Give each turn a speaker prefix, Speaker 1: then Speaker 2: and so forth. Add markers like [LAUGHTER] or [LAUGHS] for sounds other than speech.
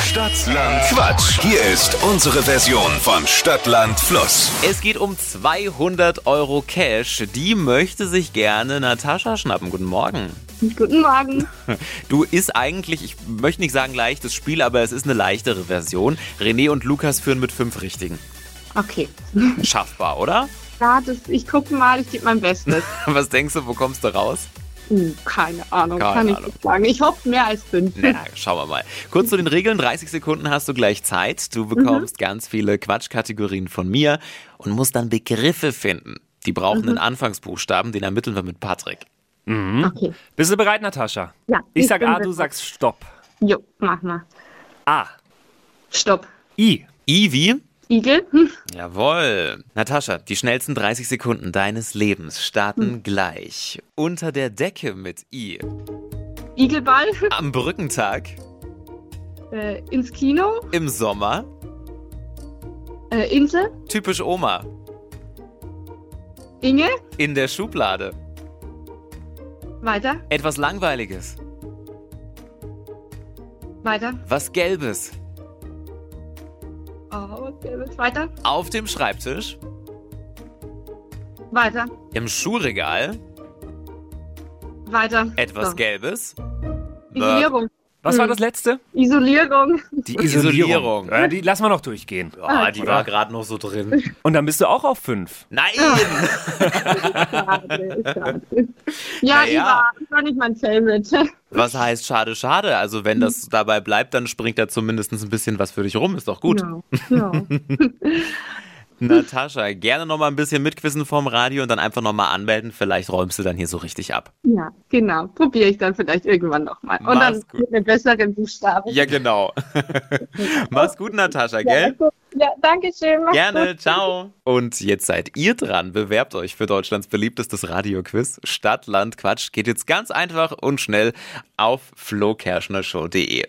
Speaker 1: Stadtland Quatsch. Hier ist unsere Version von Stadtland Fluss.
Speaker 2: Es geht um 200 Euro Cash. Die möchte sich gerne Natascha schnappen. Guten Morgen.
Speaker 3: Guten Morgen.
Speaker 2: Du ist eigentlich, ich möchte nicht sagen leichtes Spiel, aber es ist eine leichtere Version. René und Lukas führen mit fünf Richtigen.
Speaker 3: Okay.
Speaker 2: Schaffbar, oder? [LAUGHS]
Speaker 3: Ja, das, ich gucke mal, ich gebe mein Bestes.
Speaker 2: Was denkst du, wo kommst du raus?
Speaker 3: Hm, keine Ahnung,
Speaker 2: Keine
Speaker 3: kann ich
Speaker 2: Ahnung.
Speaker 3: nicht sagen. Ich hoffe mehr als fünf.
Speaker 2: Na, schauen wir mal. Kurz zu den Regeln. 30 Sekunden hast du gleich Zeit. Du bekommst ganz viele Quatschkategorien von mir und musst dann Begriffe finden. Die brauchen einen Anfangsbuchstaben, den ermitteln wir mit Patrick. Mhm.
Speaker 3: Okay.
Speaker 4: Bist du bereit, Natascha?
Speaker 3: Ja,
Speaker 4: Ich
Speaker 3: ich
Speaker 4: sag
Speaker 3: bin
Speaker 4: A, du
Speaker 3: bereit.
Speaker 4: sagst Stopp.
Speaker 3: Jo, mach mal.
Speaker 4: A.
Speaker 3: Stopp.
Speaker 4: I.
Speaker 2: Ivi?
Speaker 3: Igel? Hm.
Speaker 2: Jawohl. Natascha, die schnellsten 30 Sekunden deines Lebens starten gleich. Unter der Decke mit I. [LAUGHS]
Speaker 3: Igelball?
Speaker 2: Am Brückentag.
Speaker 3: Äh, ins Kino?
Speaker 2: Im Sommer.
Speaker 3: Äh, Insel?
Speaker 2: Typisch Oma.
Speaker 3: Inge?
Speaker 2: In der Schublade.
Speaker 3: Weiter,
Speaker 2: Etwas Langweiliges.
Speaker 3: weiter.
Speaker 2: Was Gelbes.
Speaker 3: Oh, okay, weiter,
Speaker 2: Auf dem Schreibtisch.
Speaker 3: weiter,
Speaker 2: Im Schuhregal.
Speaker 3: weiter.
Speaker 2: Etwas
Speaker 3: so.
Speaker 2: Gelbes.
Speaker 3: Isolierung.
Speaker 4: Was
Speaker 3: Mhm.
Speaker 4: war das letzte?
Speaker 2: [LAUGHS]
Speaker 3: Isolierung.
Speaker 2: Die
Speaker 4: Isolierung. Äh?
Speaker 2: Isolierung.
Speaker 4: Ja, die lassen wir noch durchgehen.
Speaker 2: Ah, die war gerade noch so
Speaker 4: [LAUGHS]
Speaker 2: drin.
Speaker 4: Und dann bist du auch auf 5.
Speaker 2: Nein!
Speaker 3: Schade, schade. Ja,
Speaker 2: ja.
Speaker 3: die war, die war nicht mein Favorite.
Speaker 2: Was heißt schade, schade? Also, wenn das dabei bleibt, dann springt da zumindest ein bisschen was für dich rum. Ist doch gut.
Speaker 3: Genau. Ja.
Speaker 2: Natascha, gerne nochmal ein bisschen mitquissen vom Radio und dann einfach nochmal anmelden. Vielleicht räumst du dann hier so richtig ab.
Speaker 3: Ja, genau. Probiere ich dann vielleicht irgendwann nochmal. Und dann
Speaker 2: Mach's gut.
Speaker 3: mit einem besseren Buchstaben.
Speaker 2: Ja, genau. [LAUGHS] Mach's gut, Natascha,
Speaker 3: Ja,
Speaker 2: gell?
Speaker 3: gut. Also, ja danke schön. Mach's
Speaker 2: Gerne, ciao. Und jetzt seid ihr dran. Bewerbt euch für Deutschlands beliebtestes Radioquiz. Stadt, Land, Quatsch. Geht jetzt ganz einfach und schnell auf flokerschnershow.de.